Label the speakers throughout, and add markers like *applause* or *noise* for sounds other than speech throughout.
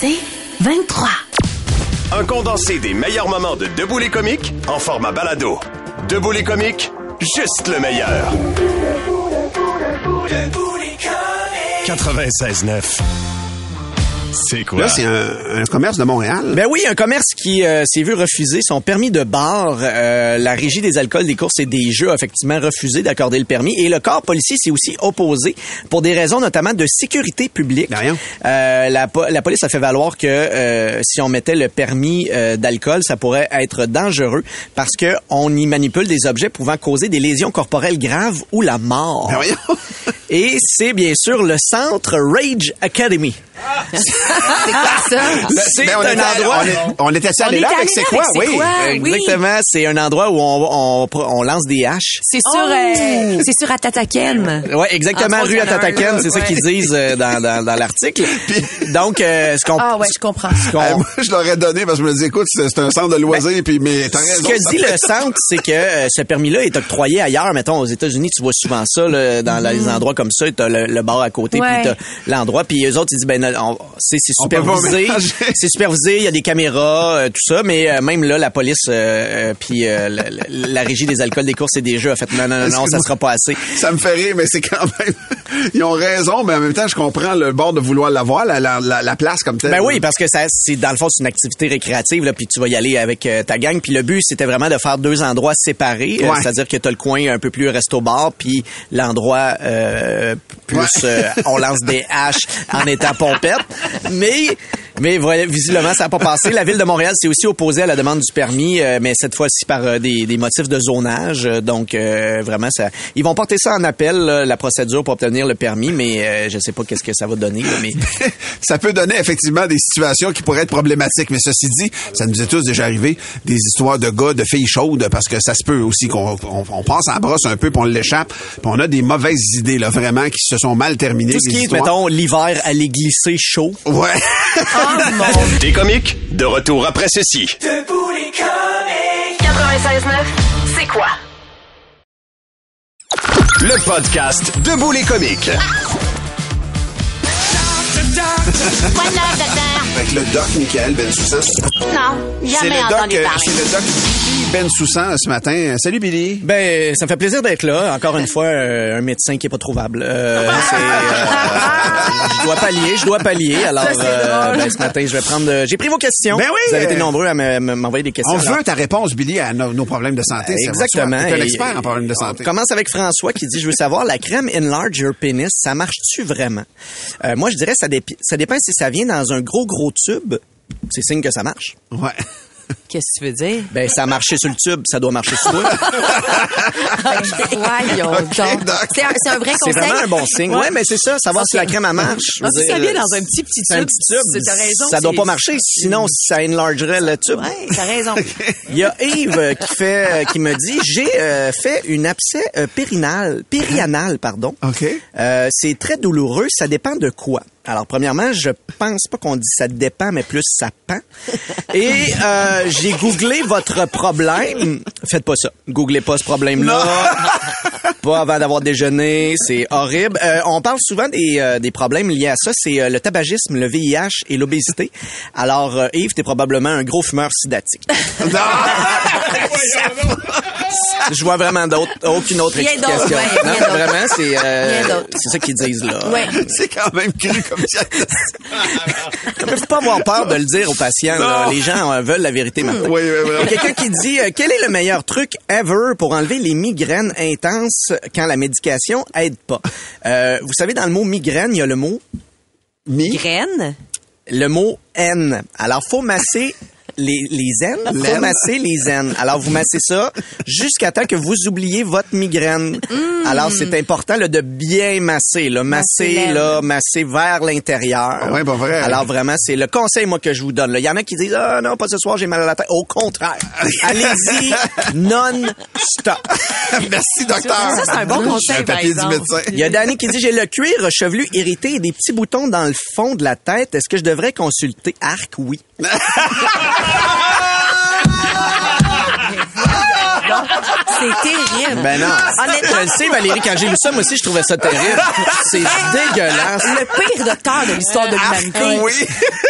Speaker 1: C'est 23.
Speaker 2: Un condensé des meilleurs moments de Debout les comiques en format balado. Debout les comiques, juste le meilleur. 96.9. C'est quoi?
Speaker 3: Là, c'est un, un commerce de Montréal.
Speaker 4: Ben oui, un commerce qui euh, s'est vu refuser son permis de bar. Euh, la régie des alcools, des courses et des jeux a effectivement refusé d'accorder le permis. Et le corps policier s'est aussi opposé pour des raisons notamment de sécurité publique.
Speaker 3: Ben voyons.
Speaker 4: Euh, la, po- la police a fait valoir que euh, si on mettait le permis euh, d'alcool, ça pourrait être dangereux parce que on y manipule des objets pouvant causer des lésions corporelles graves ou la mort.
Speaker 3: Ben voyons.
Speaker 4: Et c'est bien sûr le centre Rage Academy.
Speaker 1: Ah!
Speaker 4: *laughs*
Speaker 1: C'est quoi ça?
Speaker 4: C'est
Speaker 3: Ben, on
Speaker 4: un
Speaker 3: était allé-
Speaker 4: endroit.
Speaker 3: On, est- on était
Speaker 1: On
Speaker 3: allé là
Speaker 1: était allé
Speaker 3: avec C'est
Speaker 1: là
Speaker 3: quoi?
Speaker 1: avec C'est
Speaker 3: Oui.
Speaker 1: quoi? Ah, oui.
Speaker 4: Exactement, c'est un endroit où on, on- on lance des haches.
Speaker 1: C'est sur, euh, c'est sur Atatakem.
Speaker 4: Ouais, exactement,
Speaker 1: Entre
Speaker 4: rue
Speaker 1: autres, il y en a
Speaker 4: Atataken,
Speaker 1: un,
Speaker 4: c'est ça
Speaker 1: ouais.
Speaker 4: qu'ils disent euh, dans, dans, dans
Speaker 1: *laughs*
Speaker 4: l'article. Donc, euh, ce qu'on...
Speaker 1: Ah ouais, je comprends.
Speaker 4: ce qu'on-
Speaker 3: Euh, *laughs* moi, je l'aurais donné parce que je me dis, écoute, c'est c'est un centre de loisirs, puis mais Ben, t'as
Speaker 4: Ben, Ce
Speaker 3: raison.
Speaker 4: que
Speaker 3: ça
Speaker 4: dit
Speaker 3: fait-
Speaker 4: le centre, c'est que euh, ce permis-là est octroyé ailleurs. Mettons, aux États-Unis, tu vois souvent ça, là, dans les endroits comme ça. T'as le, le bar à côté,
Speaker 1: Ouais.
Speaker 4: puis t'as l'endroit. Puis eux autres, ils disent, ben, non, on- c'est c'est
Speaker 3: On peut pas
Speaker 4: supervisé.
Speaker 3: mélanger.
Speaker 4: C'est supervisé, il y a des caméras, euh, tout ça. Mais euh, même là, la police, euh, euh, puis euh, la, la- la régie des alcools, des courses et des jeux a fait, non, non, non, non ça
Speaker 3: Excuse-moi.
Speaker 4: sera pas assez.
Speaker 3: Ça me fait rire, mais c'est quand même. *laughs* Ils ont raison, mais en même temps, je comprends le bord de vouloir l'avoir, la, la, la, la place comme telle.
Speaker 4: Ben oui, parce que ça, c'est dans le fond c'est une activité récréative là, puis tu vas y aller avec euh, ta gang. Puis le but c'était vraiment de faire deux endroits séparés, euh,
Speaker 3: Ouais.
Speaker 4: c'est-à-dire que t'as le coin un peu plus resto bar, puis l'endroit euh, plus
Speaker 3: Ouais.
Speaker 4: euh, on lance des haches en
Speaker 3: *laughs*
Speaker 4: étant pompette. Mais mais voilà, visiblement ça n'a pas passé. La ville de Montréal s'est aussi opposée à la demande du permis, euh, mais cette fois-ci par euh, des, des motifs de zonage. Euh, Donc euh, vraiment ça, ils vont porter ça en appel là, la procédure pour obtenir le permis, mais euh, je sais pas qu'est-ce que ça va donner. là, mais
Speaker 3: *laughs* ça peut donner effectivement des situations qui pourraient être problématiques. Mais ceci dit, ça nous est tous déjà arrivé des histoires de gars, de filles chaudes, parce que ça se peut aussi qu'on on, on passe en brosse un peu, puis on l'échappe, puis on a des mauvaises idées là, vraiment qui se sont mal terminées.
Speaker 4: Tout ce
Speaker 3: les
Speaker 4: qui est,
Speaker 3: histoires.
Speaker 4: mettons, l'hiver, aller glisser chaud.
Speaker 3: Ouais. *laughs*
Speaker 2: Des comiques, de retour après ceci.
Speaker 5: 96.9, c'est quoi?
Speaker 2: Le podcast Debout les comiques.
Speaker 6: Point de l'heure, docteur.
Speaker 3: Avec le doc Michael Bensoussan. C'est
Speaker 6: Non, jamais
Speaker 3: le doc,
Speaker 6: entendu
Speaker 3: euh,
Speaker 6: parler.
Speaker 3: c'est le doc Billy Bensoussan Ben ce matin. Euh, Salut Billy.
Speaker 4: Ben, ça me fait plaisir d'être là. Encore une fois, euh, un médecin qui est pas trouvable. Euh, c'est, euh, je dois pallier, je dois pallier. Alors, euh, ben, ce matin, je vais prendre. euh, J'ai pris vos questions.
Speaker 3: Ben oui,
Speaker 4: Vous avez été
Speaker 3: euh,
Speaker 4: nombreux à me- me- m'envoyer des questions.
Speaker 3: On
Speaker 4: Alors,
Speaker 3: veut ta réponse, Billy, à nos, nos problèmes de santé. c'est vrai,
Speaker 4: Exactement.
Speaker 3: Tu es un
Speaker 4: Et-
Speaker 3: expert en problèmes de santé.
Speaker 4: On commence avec François qui dit, je veux savoir, la crème Enlarge Your Penis, ça marche-tu vraiment? Euh, moi, je dirais, ça, dépi- ça dépend si ça vient dans un gros, gros tube. C'est signe que ça marche. *laughs*
Speaker 3: Ouais.
Speaker 1: Qu'est-ce que tu veux *laughs* dire?
Speaker 4: Ben, ça a marché sur le tube, ça doit marcher sur toi.
Speaker 1: Ben,
Speaker 4: *laughs*
Speaker 1: Voyons
Speaker 3: Ok,
Speaker 1: donc.
Speaker 3: doc.
Speaker 5: C'est un, c'est un vrai
Speaker 4: C'est
Speaker 5: conseil.
Speaker 4: vraiment un bon signe. Ouais, mais c'est ça, savoir si la crème elle marche.
Speaker 1: Non,
Speaker 4: Je veux
Speaker 1: si ça
Speaker 4: dire, euh,
Speaker 1: vient dans un petit, petit
Speaker 4: c'est un
Speaker 1: tube,
Speaker 4: petit tube,
Speaker 1: c'est- t'as raison,
Speaker 4: Ça doit
Speaker 1: c'est-
Speaker 4: pas marcher, sinon ça enlargerait le tube.
Speaker 1: Ouais, t'as raison.
Speaker 4: Il y a Yves euh, qui fait, euh, qui me dit, j'ai euh, fait une abcès euh, périnale, périanale, pardon.
Speaker 3: OK.
Speaker 4: Euh, c'est très douloureux, ça dépend de quoi. Alors, premièrement, je pense pas qu'on dit ça dépend, mais plus ça pend. Et euh, j'ai googlé votre problème. Faites pas ça. Googlez pas ce problème-là. pas avant d'avoir déjeuné, c'est horrible. Euh, on parle souvent des, euh, des problèmes liés à ça, c'est euh, le tabagisme, le VIH et l'obésité. Alors, euh, Yves, t'es probablement un gros fumeur sidatique. Je vois vraiment d'autres, aucune autre
Speaker 1: Rien d'autre,
Speaker 4: explication.
Speaker 1: ouais, rien
Speaker 4: Non,
Speaker 1: d'autre.
Speaker 4: vraiment, c'est, euh,
Speaker 1: Rien d'autre.
Speaker 4: c'est ça qu'ils disent là.
Speaker 1: Ouais.
Speaker 3: C'est quand même cru comme ça.
Speaker 4: Il faut pas avoir peur de le dire aux patients. là. Les gens euh, veulent la vérité maintenant.
Speaker 3: Oui, oui, oui.
Speaker 4: Il y a quelqu'un qui dit euh, quel est le meilleur truc ever pour enlever les migraines intenses quand la médication aide pas. Euh, vous savez dans le mot migraine, il y a le mot
Speaker 3: Mi.
Speaker 1: Graine?
Speaker 4: le mot N. Alors, faut masser les, les aines. Faut
Speaker 3: L'aine.
Speaker 4: masser les aines. Alors, vous massez ça jusqu'à temps que vous oubliez votre migraine. Alors, c'est important là, de bien masser. Là.
Speaker 1: Masser
Speaker 4: Masser,
Speaker 1: l'aine.
Speaker 4: là, masser vers l'intérieur.
Speaker 3: Ah ouais, pas vrai.
Speaker 4: Alors, vraiment, c'est le conseil, moi, que je vous donne. là. Il y en a qui disent, ah non, pas ce soir, j'ai mal à la tête. Au
Speaker 3: *laughs*
Speaker 4: contraire. Allez-y non-stop.
Speaker 3: *laughs* Merci, docteur.
Speaker 1: Ça, c'est un bon
Speaker 3: Je
Speaker 1: conseil,
Speaker 3: fais un
Speaker 1: par
Speaker 3: papier du
Speaker 1: exemple.
Speaker 3: médecin.
Speaker 4: Il y a Danny qui dit j'ai le cuir chevelu irrité et des petits boutons dans le fond de la tête. Est-ce que je devrais consulter Arc Oui.
Speaker 1: C'est terrible.
Speaker 4: Ben non.
Speaker 1: Honnêtement,
Speaker 4: Je le sais, Valérie, quand j'ai lu ça, moi aussi, je trouvais ça terrible. *laughs* C'est dégueulasse.
Speaker 1: le pire docteur de l'histoire de
Speaker 4: Euh, Ah,
Speaker 1: l'humanité.
Speaker 3: oui.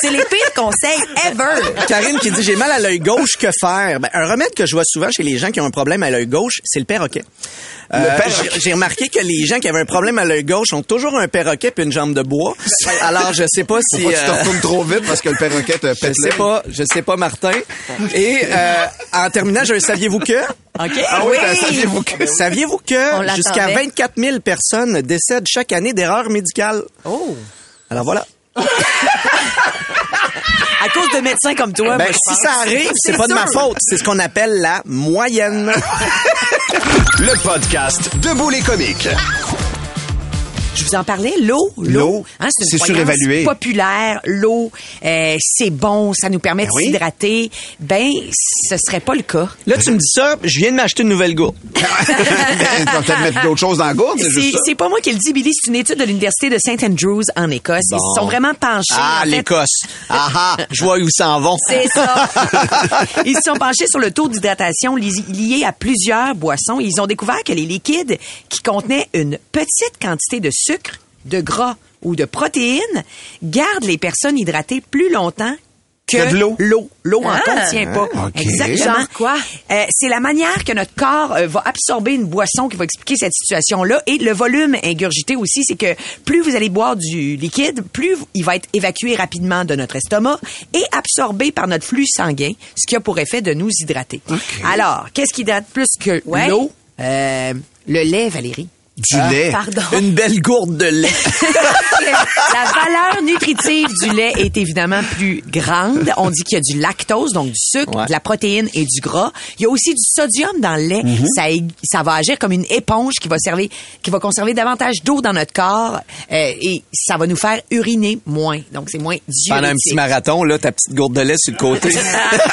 Speaker 1: C'est les pires conseils ever.
Speaker 4: Karine qui dit j'ai mal à l'œil gauche, que faire ben, Un remède que je vois souvent chez les gens qui ont un problème à l'œil gauche, c'est le perroquet. Euh,
Speaker 3: perroquet.
Speaker 4: j'ai- J'ai remarqué que les gens qui avaient un problème à l'œil gauche ont toujours un perroquet puis une jambe de bois. Alors je sais pas si
Speaker 3: Faut pas que tu te
Speaker 4: euh,
Speaker 3: retournes trop vite parce que le perroquet te
Speaker 4: je
Speaker 3: pète
Speaker 4: sais
Speaker 3: l'œil.
Speaker 4: pas, je sais pas Martin. Et euh, en terminant, je saviez-vous que
Speaker 1: OK?
Speaker 3: Ah oui, ben, saviez-vous que...
Speaker 4: Saviez-vous
Speaker 1: On
Speaker 4: que
Speaker 1: l'attendait.
Speaker 4: jusqu'à 24 000 personnes décèdent chaque année d'erreurs médicales
Speaker 1: Oh.
Speaker 4: Alors voilà.
Speaker 1: À cause de médecins comme toi,
Speaker 4: ben,
Speaker 1: moi, je
Speaker 4: si
Speaker 1: pense.
Speaker 4: ça arrive, c'est pas de ma
Speaker 1: sûr.
Speaker 4: faute. C'est ce qu'on appelle la moyenne.
Speaker 2: Le podcast Debout les comiques.
Speaker 1: Je vous en parlais, l'eau.
Speaker 3: L'eau,
Speaker 1: hein, c'est une
Speaker 3: c'est
Speaker 1: croyance
Speaker 3: surévalué.
Speaker 1: populaire. L'eau, euh, c'est bon, ça nous permet de
Speaker 3: Ben oui.
Speaker 1: s'hydrater. Ben, ce serait pas le cas.
Speaker 4: *laughs* Là, tu me dis ça, je viens de m'acheter une nouvelle gourde.
Speaker 3: Ben, tu vas peut-être mettre d'autres choses dans la gourde, c'est
Speaker 1: C'est
Speaker 3: juste ça.
Speaker 1: c'est pas moi qui le dis, Billy, c'est une étude de l'Université de St. Andrews en Écosse. Ils se sont vraiment penchés.
Speaker 4: Ah,
Speaker 1: en fait,
Speaker 4: l'Écosse. Ah ah, je vois où s'en vont.
Speaker 1: C'est
Speaker 3: *laughs*
Speaker 1: ça. ils se sont penchés sur le taux d'hydratation li- lié à plusieurs boissons. Ils ont découvert que les liquides qui contenaient une petite quantité de sucre, de gras ou de protéines gardent les personnes hydratées plus longtemps que,
Speaker 3: Que de l'eau.
Speaker 1: L'eau, l'eau en
Speaker 7: Ah.
Speaker 1: contient pas.
Speaker 3: Ah, ok.
Speaker 1: Oh, Exactement.
Speaker 7: Genre quoi?
Speaker 1: Euh, c'est la manière que notre corps euh, va absorber une boisson qui va expliquer cette situation-là. Et le volume ingurgité aussi, c'est que plus vous allez boire du liquide, plus il va être évacué rapidement de notre estomac et absorbé par notre flux sanguin, ce qui a pour effet de nous hydrater. Alors, qu'est-ce qui hydrate plus que
Speaker 7: Ouais.
Speaker 1: l'eau? Eh, Euh, le lait, Valérie.
Speaker 3: Du lait.
Speaker 7: Pardon.
Speaker 4: Une belle gourde de lait.
Speaker 1: *laughs* La valeur nutritive du lait est évidemment plus grande. On dit qu'il y a du lactose, donc du sucre,
Speaker 4: Ouais.
Speaker 1: de la protéine et du gras. Il y a aussi du sodium dans le lait.
Speaker 4: Mhm.
Speaker 1: ça, ég- ça va agir comme une éponge qui va, servir, qui va conserver davantage d'eau dans notre corps euh, et ça va nous faire uriner moins. Donc, c'est moins diurétique.
Speaker 4: Pendant un petit marathon, là, ta petite gourde de lait sur
Speaker 1: *laughs*
Speaker 4: le côté. *laughs*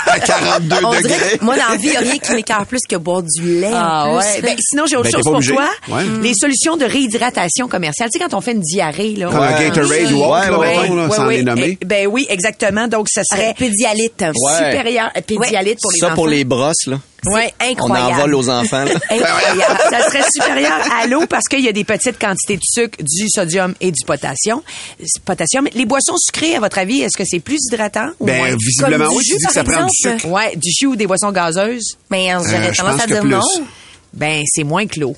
Speaker 3: À 42
Speaker 7: On dirait
Speaker 3: degrés.
Speaker 7: que moi, dans la vie, y a rien qui m'écarte plus que boire du lait.
Speaker 1: Ah
Speaker 7: en plus.
Speaker 1: ouais. Ben, sinon, j'ai autre
Speaker 3: Ben, t'es
Speaker 1: chose
Speaker 3: pas
Speaker 1: pour
Speaker 3: obligé.
Speaker 1: toi. Mm.
Speaker 3: Ouais.
Speaker 1: Les solutions de réhydratation commerciale. Tu sais, quand on fait une diarrhée, là.
Speaker 3: Comme un
Speaker 1: on-
Speaker 3: Gatorade ou autre,
Speaker 4: Ouais,
Speaker 3: là,
Speaker 4: ouais,
Speaker 3: mettons, là,
Speaker 1: Ouais,
Speaker 3: sans
Speaker 1: ouais.
Speaker 3: les nommer.
Speaker 1: Eh, Ben oui, exactement. Donc, ça serait
Speaker 7: Arrête, pédialyte.
Speaker 4: Ouais.
Speaker 1: supérieur à pédialyte pour les
Speaker 4: ça
Speaker 1: enfants.
Speaker 4: pour les brosses, là.
Speaker 7: Ouais,
Speaker 4: On
Speaker 7: incroyable.
Speaker 4: envole aux enfants.
Speaker 1: *laughs*
Speaker 4: là.
Speaker 3: Ben
Speaker 1: Incroyable. Eh, ça serait supérieur à l'eau parce qu'il y a des petites quantités de sucre, du sodium et du potassium. Potassium. Les boissons sucrées, à votre avis, est-ce que c'est plus hydratant ou moins?
Speaker 3: Ben, visiblement,
Speaker 7: Comme
Speaker 3: oui,
Speaker 7: du
Speaker 3: tu
Speaker 7: jus,
Speaker 3: dis que ça
Speaker 7: par
Speaker 3: prend du
Speaker 7: exemple.
Speaker 3: sucre.
Speaker 1: Ouais, du jus ou des boissons gazeuses,
Speaker 7: Mais hein,
Speaker 3: Euh,
Speaker 7: j'aurais
Speaker 3: je
Speaker 7: tendance
Speaker 3: pense
Speaker 7: à
Speaker 3: que
Speaker 7: dire
Speaker 3: plus.
Speaker 7: non.
Speaker 1: ben c'est moins que l'eau.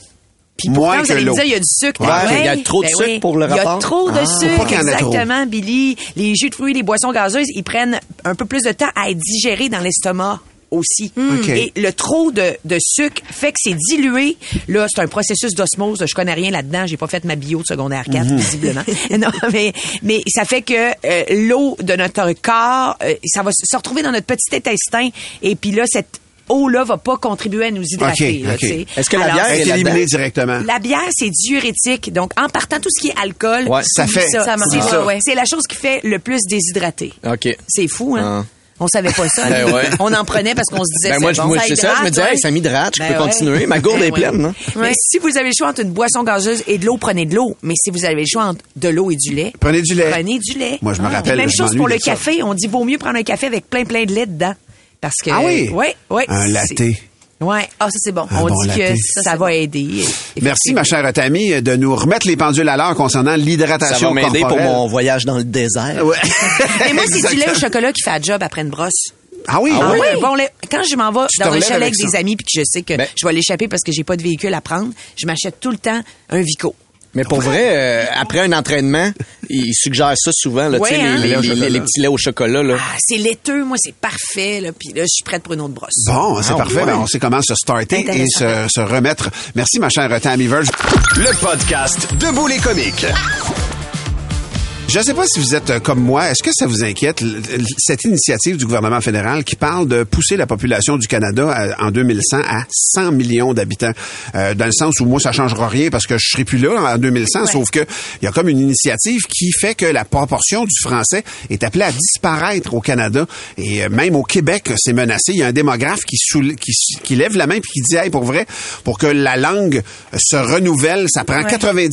Speaker 1: Puis
Speaker 3: Moins
Speaker 1: pourtant, vous
Speaker 3: que
Speaker 1: allez me
Speaker 3: l'eau.
Speaker 1: dire, il y a du sucre.
Speaker 4: Ouais,
Speaker 1: Ben
Speaker 4: il y a
Speaker 1: oui.
Speaker 4: trop de
Speaker 1: Ben
Speaker 4: sucre
Speaker 1: oui.
Speaker 4: pour le
Speaker 1: Il y a
Speaker 4: rapport. Ah.
Speaker 1: trop de
Speaker 3: Faut
Speaker 1: sucre,
Speaker 3: pas qu'il y en ait trop.
Speaker 1: exactement, Billy. Les jus de fruits, les boissons gazeuses, ils prennent un peu plus de temps à être digérés dans l'estomac aussi.
Speaker 4: Hmm.
Speaker 3: OK.
Speaker 1: Et le trop de, de sucre fait que c'est dilué. Là, c'est un processus d'osmose. Je connais rien là-dedans. J'ai pas fait ma bio de secondaire 4,
Speaker 4: Mhm.
Speaker 1: visiblement. *laughs* non, mais, mais ça fait que euh, l'eau de notre corps, euh, ça va se se retrouver dans notre petit intestin. Et puis là, cette eau-là va pas contribuer à nous hydrater.
Speaker 3: OK,
Speaker 1: là,
Speaker 3: OK.
Speaker 1: tu sais.
Speaker 4: Est-ce que la bière
Speaker 3: Être
Speaker 4: est là-dedans.
Speaker 3: éliminé directement.
Speaker 1: La bière, c'est diurétique. Donc, en partant, tout ce qui est alcool,
Speaker 4: Ouais.
Speaker 3: Ça
Speaker 1: oublie
Speaker 3: fait-
Speaker 1: ça.
Speaker 7: ça marche
Speaker 1: c'est,
Speaker 7: pas,
Speaker 1: ça.
Speaker 7: ouais.
Speaker 1: C'est la chose qui fait le plus déshydrater.
Speaker 4: OK.
Speaker 1: C'est fou, hein?
Speaker 4: Ah.
Speaker 1: On savait pas ça.
Speaker 4: *laughs* Ben ouais.
Speaker 1: On en prenait parce qu'on se disait
Speaker 4: Ben
Speaker 1: c'est
Speaker 4: moi, je-
Speaker 1: bon.
Speaker 4: moi, c'est ça, je me dis,
Speaker 1: hydrate,
Speaker 4: hey, ça m'hydrate, je
Speaker 1: Ben
Speaker 4: peux
Speaker 1: ouais.
Speaker 4: continuer. Ma gourde est
Speaker 1: Ben ouais.
Speaker 4: pleine, hein. non?
Speaker 1: Mais si vous avez le choix entre une boisson gazeuse et de l'eau, prenez de l'eau. Mais si vous avez le choix entre de l'eau et du lait,
Speaker 3: Prenez du lait.
Speaker 1: Prenez du lait.
Speaker 3: Moi, je me
Speaker 1: Ah.
Speaker 3: rappelle,
Speaker 1: Même
Speaker 3: je
Speaker 1: chose pour
Speaker 3: m'ennuie
Speaker 1: le
Speaker 3: de ça.
Speaker 1: café. On dit vaut mieux prendre un café avec plein, plein de lait dedans. Parce que.
Speaker 3: Ah oui?
Speaker 1: Ouais, ouais.
Speaker 3: Un
Speaker 1: C'est-
Speaker 3: latte.
Speaker 1: Ouais. Ah, ça, c'est bon.
Speaker 3: Un
Speaker 1: On
Speaker 3: bon
Speaker 1: dit que
Speaker 3: latte.
Speaker 1: ça, ça va aider.
Speaker 3: Merci, ma chère Tammy, de nous remettre les pendules à l'heure concernant
Speaker 4: Ça va
Speaker 3: l'hydratation
Speaker 4: m'aider
Speaker 3: corporelle.
Speaker 4: pour mon voyage dans le désert.
Speaker 3: Ouais.
Speaker 1: *laughs* Mais moi, c'est du lait
Speaker 3: Exactement.
Speaker 1: au chocolat qui fait la job après une brosse.
Speaker 3: Ah oui?
Speaker 1: Ah ouais, un bon lait. Quand je m'en vais
Speaker 3: te
Speaker 1: dans un
Speaker 3: relèves
Speaker 1: chalet avec
Speaker 3: avec
Speaker 1: des
Speaker 3: ça.
Speaker 1: amis puis que je sais que
Speaker 4: Ben.
Speaker 1: je vais l'échapper parce que j'ai pas de véhicule à prendre, je m'achète tout le temps un Vico.
Speaker 4: Mais pour vrai, euh, après un entraînement, ils suggèrent ça souvent, là, tu sais,
Speaker 1: Ouais, hein?
Speaker 4: les, les- les- les petits laits au chocolat. Là.
Speaker 1: Ah, c'est laiteux, moi, c'est parfait, là. Puis là, je suis prête pour une autre brosse.
Speaker 3: Bon, c'est
Speaker 4: Ah,
Speaker 3: parfait.
Speaker 4: ouais.
Speaker 3: Ben, on sait comment se starter et se,
Speaker 1: Intéressant.
Speaker 3: se remettre. Merci, ma chère Tammy Verge.
Speaker 2: Le podcast Debout les comiques.
Speaker 3: Je ne sais pas si vous êtes euh, comme moi. Est-ce que ça vous inquiète, l- l- cette initiative du gouvernement fédéral qui parle de pousser la population du Canada à- en 2100 à 100 millions d'habitants? Euh, dans le sens où moi, ça changera rien parce que je serai plus là en 2100, sauf que il y a comme une initiative qui fait que la proportion du français est appelée à disparaître au Canada. Et euh, même au Québec, c'est menacé. Il y a un démographe qui, soule- qui, s- qui lève la main puis qui dit, hey, pour vrai, pour que la langue se renouvelle, ça prend 90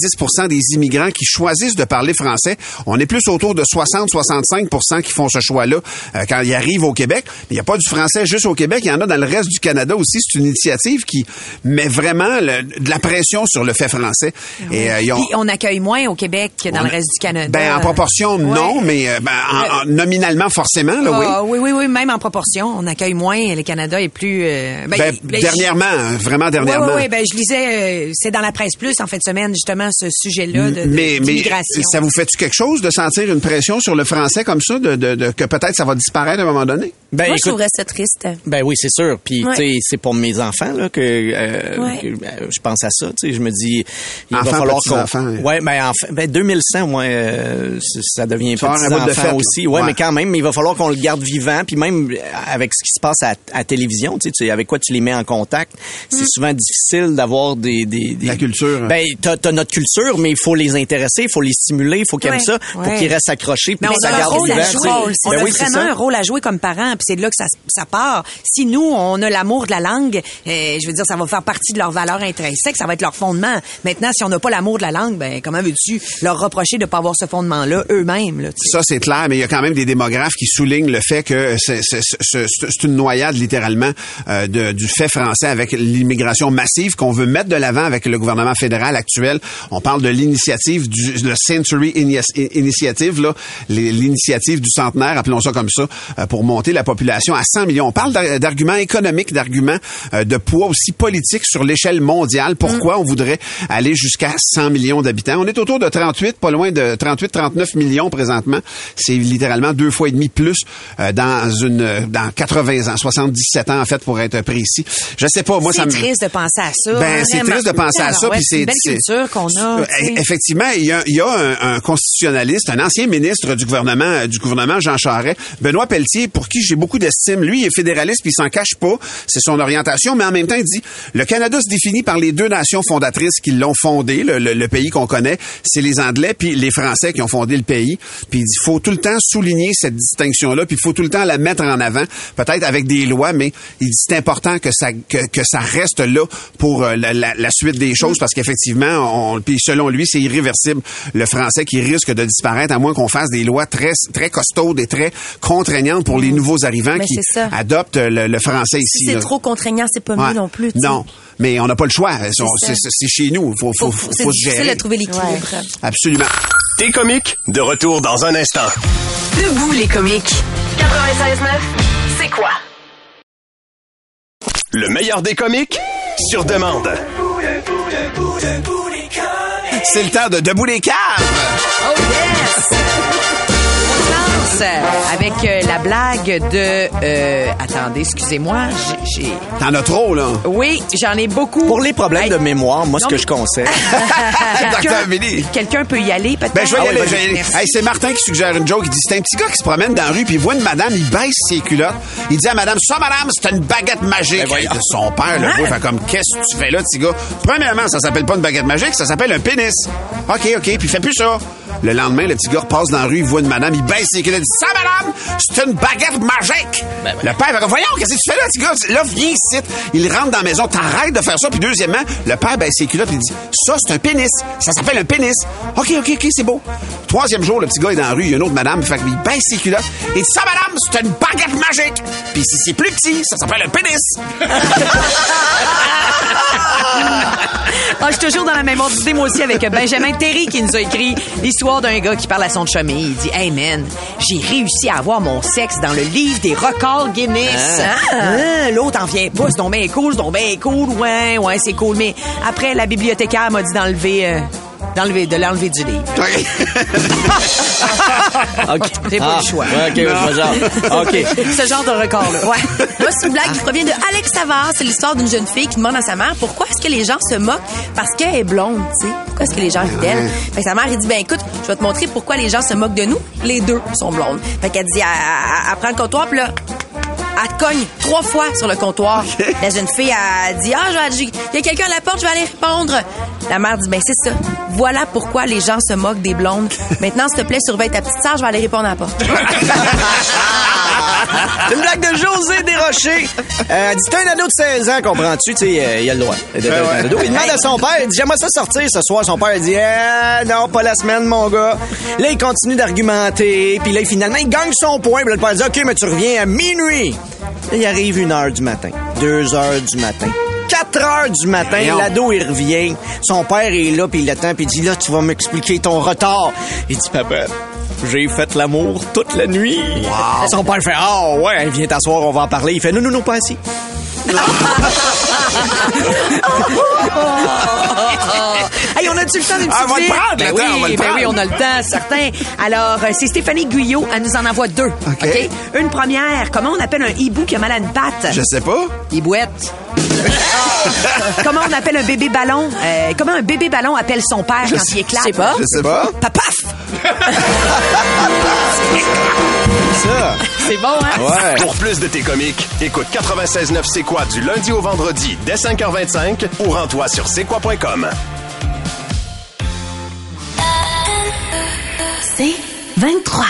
Speaker 3: des immigrants qui choisissent de parler français. On est plus autour de 60-65 qui font ce choix-là euh, quand ils arrivent au Québec. Mais il n'y a pas du français juste au Québec, il y en a dans le reste du Canada aussi. C'est une initiative qui met vraiment le- de la pression sur le fait français. Et euh, ils ont-
Speaker 1: Puis on accueille moins au Québec que dans
Speaker 3: on-
Speaker 1: le reste du Canada.
Speaker 3: Ben, en proportion,
Speaker 1: Ouais.
Speaker 3: non, mais euh, ben, en- en- nominalement, forcément, là, oui.
Speaker 1: Ah, oui, oui, oui, même en proportion, on accueille moins. Le Canada est plus. euh, ben,
Speaker 3: Ben,
Speaker 1: il- ben,
Speaker 3: dernièrement, hein, vraiment
Speaker 1: je- Ouais,
Speaker 3: dernièrement.
Speaker 1: ouais, ouais, ben, je lisais, euh, c'est dans la presse plus en fin de semaine justement ce sujet-là de, de-
Speaker 3: mais, mais
Speaker 1: d'immigration.
Speaker 3: ça vous fait-tu quelque chose de sentir une pression sur le français comme ça, de, de- de- que peut-être ça va disparaître à un moment donné?
Speaker 4: Ben,
Speaker 7: Moi, je
Speaker 4: écoute,
Speaker 7: trouverais ça triste.
Speaker 4: Ben oui, c'est sûr. Puis
Speaker 7: Ouais.
Speaker 4: tu sais, c'est pour mes enfants là que, euh,
Speaker 7: Ouais.
Speaker 4: que, euh, je pense à ça. Tu sais, je me dis, il
Speaker 3: Enfants,
Speaker 4: va falloir qu'on.
Speaker 3: petits-enfants, hein.
Speaker 4: Ouais, ben, enf- ben 2100, moi, euh, c- ça devient
Speaker 3: Tu vas avoir un
Speaker 4: petit
Speaker 3: bout de fête, là.
Speaker 4: enfant aussi. Ouais,
Speaker 3: Ouais.
Speaker 4: mais quand même, mais il va falloir qu'on le garde vivant. Puis même euh, avec ce qui se passe à, à la télévision, tu sais, tu sais, avec quoi tu les mets en contact,
Speaker 1: Mm.
Speaker 4: c'est souvent difficile d'avoir des, des, des-
Speaker 3: La culture. hein.
Speaker 4: Ben, t'as, t'as notre culture, mais il faut les intéresser, il faut les stimuler, il faut qu'ils
Speaker 1: Ouais.
Speaker 4: aiment ça,
Speaker 1: Ouais.
Speaker 4: pour qu'ils restent accrochés,
Speaker 1: Mais
Speaker 4: pour
Speaker 1: on
Speaker 4: que ça
Speaker 1: a un
Speaker 4: garde
Speaker 1: rôle
Speaker 4: vivant.
Speaker 1: à
Speaker 4: tu sais.
Speaker 1: jouer. On
Speaker 4: Ben
Speaker 1: a
Speaker 4: oui, c'est
Speaker 1: vraiment
Speaker 4: ça.
Speaker 1: un rôle à jouer comme parents, puis c'est de là que ça, ça part. Si nous, on a l'amour de la langue, euh, je veux dire, ça va faire partie de leur valeur intrinsèque, ça va être leur fondement. Maintenant, si on n'a pas l'amour de la langue, ben comment veux-tu leur reprocher de ne pas avoir ce fondement-là eux-mêmes? Là, tu sais?
Speaker 3: Ça, c'est clair, mais il y a quand même des démographes qui soulignent le fait que c'est c'est- c'est- c'est- c'est une noyade, littéralement, euh, de- du fait français avec l'immigration massive qu'on veut mettre de l'avant avec le gouvernement fédéral actuel. On parle de l'initiative du le Century Ini- Initiative, là, les- l'initiative du centenaire, appelons ça comme ça, euh, pour monter la population à 100 millions. On parle d'ar- d'arguments économiques, d'arguments euh, de poids aussi politique sur l'échelle mondiale. Pourquoi on voudrait aller jusqu'à 100 millions d'habitants? On est autour de 38, pas loin de 38, 39 millions présentement. C'est littéralement deux fois et demi plus euh, dans une euh, dans 80 ans, 77 ans en fait pour être précis. Je sais pas, moi ça
Speaker 1: c'est
Speaker 3: me
Speaker 1: triste de penser à ça.
Speaker 3: ben, c'est
Speaker 1: vraiment.
Speaker 3: triste de penser à
Speaker 1: Alors,
Speaker 3: ça.
Speaker 1: ouais,
Speaker 3: puis
Speaker 1: c'est une belle
Speaker 3: c'est-
Speaker 1: culture qu'on a.
Speaker 3: Euh,
Speaker 1: tu sais.
Speaker 3: Effectivement, il y a, il y a un, un constitutionnaliste, un ancien ministre du gouvernement, euh, du gouvernement Jean Charest, Benoît Pelletier, pour qui j'ai beaucoup d'estime. Lui, il est fédéraliste, puis il s'en cache pas. C'est son orientation, mais en même temps, il dit le Canada se définit par les deux nations fondatrices qui l'ont fondé, le, le- le pays qu'on connaît, c'est les Anglais puis les Français qui ont fondé le pays. Puis il dit faut tout le temps souligner cette distinction-là, puis il faut tout le temps la mettre en avant, peut-être avec des lois, mais il dit c'est important que ça que, que ça reste là pour euh, la, la- la suite des choses parce qu'effectivement, on, puis selon lui, c'est irréversible le français qui risque de disparaître à moins qu'on fasse des lois très très costaudes et très contraignantes pour les nouveaux arrivants
Speaker 7: Mm. Mais
Speaker 3: qui
Speaker 7: c'est ça.
Speaker 3: adoptent euh, le, le français ici.
Speaker 7: Si c'est
Speaker 3: là.
Speaker 7: trop contraignant, c'est pas
Speaker 3: Ouais.
Speaker 7: mieux non plus. tu sais.
Speaker 3: Non, mais on n'a pas le choix.
Speaker 7: C'est ça.
Speaker 3: C'est- C'est c'est chez nous. Il faut, faut,
Speaker 7: Faut-
Speaker 3: faut,
Speaker 7: c'est
Speaker 3: faut se
Speaker 7: difficile
Speaker 3: gérer.
Speaker 7: de trouver l'équilibre.
Speaker 6: Ouais.
Speaker 3: Absolument.
Speaker 2: Tes comiques, de retour dans un instant.
Speaker 5: Debout les comiques.
Speaker 6: 96.9,
Speaker 5: C'est quoi?
Speaker 2: Le meilleur des comiques, sur demande.
Speaker 3: C'est le temps de debout les caves.
Speaker 1: Oh yes! On commence avec euh, la blague de... euh, attendez, excusez-moi, j'ai- j'ai...
Speaker 3: T'en as trop là.
Speaker 1: Oui, j'en ai beaucoup.
Speaker 4: Pour les problèmes
Speaker 1: Hey.
Speaker 4: de
Speaker 1: *laughs*
Speaker 4: mémoire, moi, ce
Speaker 1: Non,
Speaker 4: que
Speaker 1: mais-
Speaker 4: je conseille,
Speaker 3: Docteur
Speaker 1: Quelqu'un-
Speaker 3: Amélie.
Speaker 1: Quelqu'un peut y aller, peut-être?
Speaker 3: Ben, je vais y
Speaker 1: Ah
Speaker 3: aller.
Speaker 1: oui,
Speaker 3: je vais y aller.
Speaker 1: merci.
Speaker 3: Hey, c'est Martin qui suggère une joke. Il dit, c'est un petit gars qui se promène dans la rue, puis il voit une madame, il baisse ses culottes. Il dit à madame, ça, madame, c'est une baguette magique.
Speaker 4: Ben, voyons.
Speaker 3: Son père
Speaker 1: Hein?
Speaker 3: le voit, fait comme, qu'est-ce que tu fais là, petit gars? Premièrement, ça s'appelle pas une baguette magique, ça s'appelle un pénis. OK, OK, puis fais plus ça. Le lendemain, le petit gars repasse dans la rue, il voit une madame, il baisse ses culottes, il dit, ça, madame, c'est une baguette magique. Le père fait comme, voyons, qu'est-ce que tu fais là, petit gars? Là, viens ici. Il rentre dans la maison, t'arrêtes de faire ça, puis deuxièmement, le père baisse ses culottes, il dit, ça, c'est un pénis. Ça s'appelle un pénis. OK, OK, OK, c'est beau. Troisième jour, le petit gars est dans la rue, il y a une autre madame, fait qu'il baisse ses culottes, et dit, ça, madame, c'est une baguette magique. Puis si c'est plus petit, ça s'appelle un pénis.
Speaker 1: Ah, je suis toujours dans la même ordre d'idée, moi aussi, avec Benjamin Terry qui nous a écrit l'histoire d'un gars qui parle à son chemin. Il dit Hey man, j'ai réussi à avoir mon sexe dans le livre des records Guinness. Ah, L'autre en vient pas, c'est donc bien cool, c'est donc bien cool. Ouais, ouais, c'est cool. Mais après, la bibliothécaire m'a dit d'enlever. euh, d'enlever- de l'enlever du livre.
Speaker 4: OK.
Speaker 1: J'ai pas
Speaker 4: Ah,
Speaker 1: le choix.
Speaker 4: ouais, OK, ouais, je vois genre. *laughs* OK.
Speaker 1: *laughs* Ce genre de record-là. Ouais.
Speaker 7: Moi, c'est une blague qui provient de Alex Savard. C'est l'histoire d'une jeune fille qui demande à sa mère pourquoi est-ce que les gens se moquent parce qu'elle est blonde, tu sais. Pourquoi est-ce que les gens rient d'elle? Fait que sa mère, elle dit, ben écoute, je vais te montrer pourquoi les gens se moquent de nous. Les deux sont blondes. Fait qu'elle dit, elle, elle- elle prend le comptoir, puis là, elle te cogne trois fois sur le comptoir. La jeune fille, elle dit, ah, je vais- il y a quelqu'un à la porte, je vais aller répondre. La mère dit, ben c'est ça. Voilà pourquoi les gens se moquent des blondes. Maintenant, s'il te plaît, surveille ta petite sœur, je vais aller répondre à la porte.
Speaker 4: C'est une blague de José Desrochers. Euh, elle dit, t'as un anneau de 16 ans, comprends-tu? Tu sais, euh, il a le droit. de- de- de- d'anneau. Il demande à son père, il dit, j'aimerais ça sortir ce soir. Son père il dit, Ah, non, pas la semaine, mon gars. Là, il continue d'argumenter. Puis là, finalement, il gagne son point. Puis là, le père dit, OK, mais tu reviens à minuit. Là, il arrive une heure du matin, deux heures du matin. 4 heures du matin,
Speaker 3: Voyons.
Speaker 4: l'ado, il revient. Son père est là, puis il l'attend, puis il dit, là, tu vas m'expliquer ton retard. Il dit, papa, j'ai fait l'amour toute la nuit. Son père fait, ah ouais, viens t'asseoir, on va en parler. Il fait, non, non, non, pas assis.
Speaker 1: Ah. Hey, on a-tu le temps d'une petite
Speaker 3: Ah, on va le
Speaker 1: fille?
Speaker 3: prendre,
Speaker 1: Ben
Speaker 3: le
Speaker 1: oui,
Speaker 3: temps, on va le
Speaker 1: ben
Speaker 3: prendre.
Speaker 1: oui, on a le temps, certain. Alors, euh, c'est Stéphanie Guyot, elle nous en envoie deux. OK. Une première, comment on appelle un hibou qui a mal à une patte?
Speaker 3: Je sais pas.
Speaker 1: Hibouette. Ah. comment on appelle un bébé ballon? Euh, comment un bébé ballon appelle son père quand il éclate?
Speaker 7: Je sais pas.
Speaker 3: Je sais pas.
Speaker 1: *laughs* Papaf!
Speaker 4: Ça.
Speaker 7: C'est bon, hein?
Speaker 4: Ouais.
Speaker 2: Pour plus de tes comiques, écoute 96.9 C'est quoi du lundi au vendredi dès 5h25 ou rends-toi sur c'est quoi.com.
Speaker 8: C'est 23.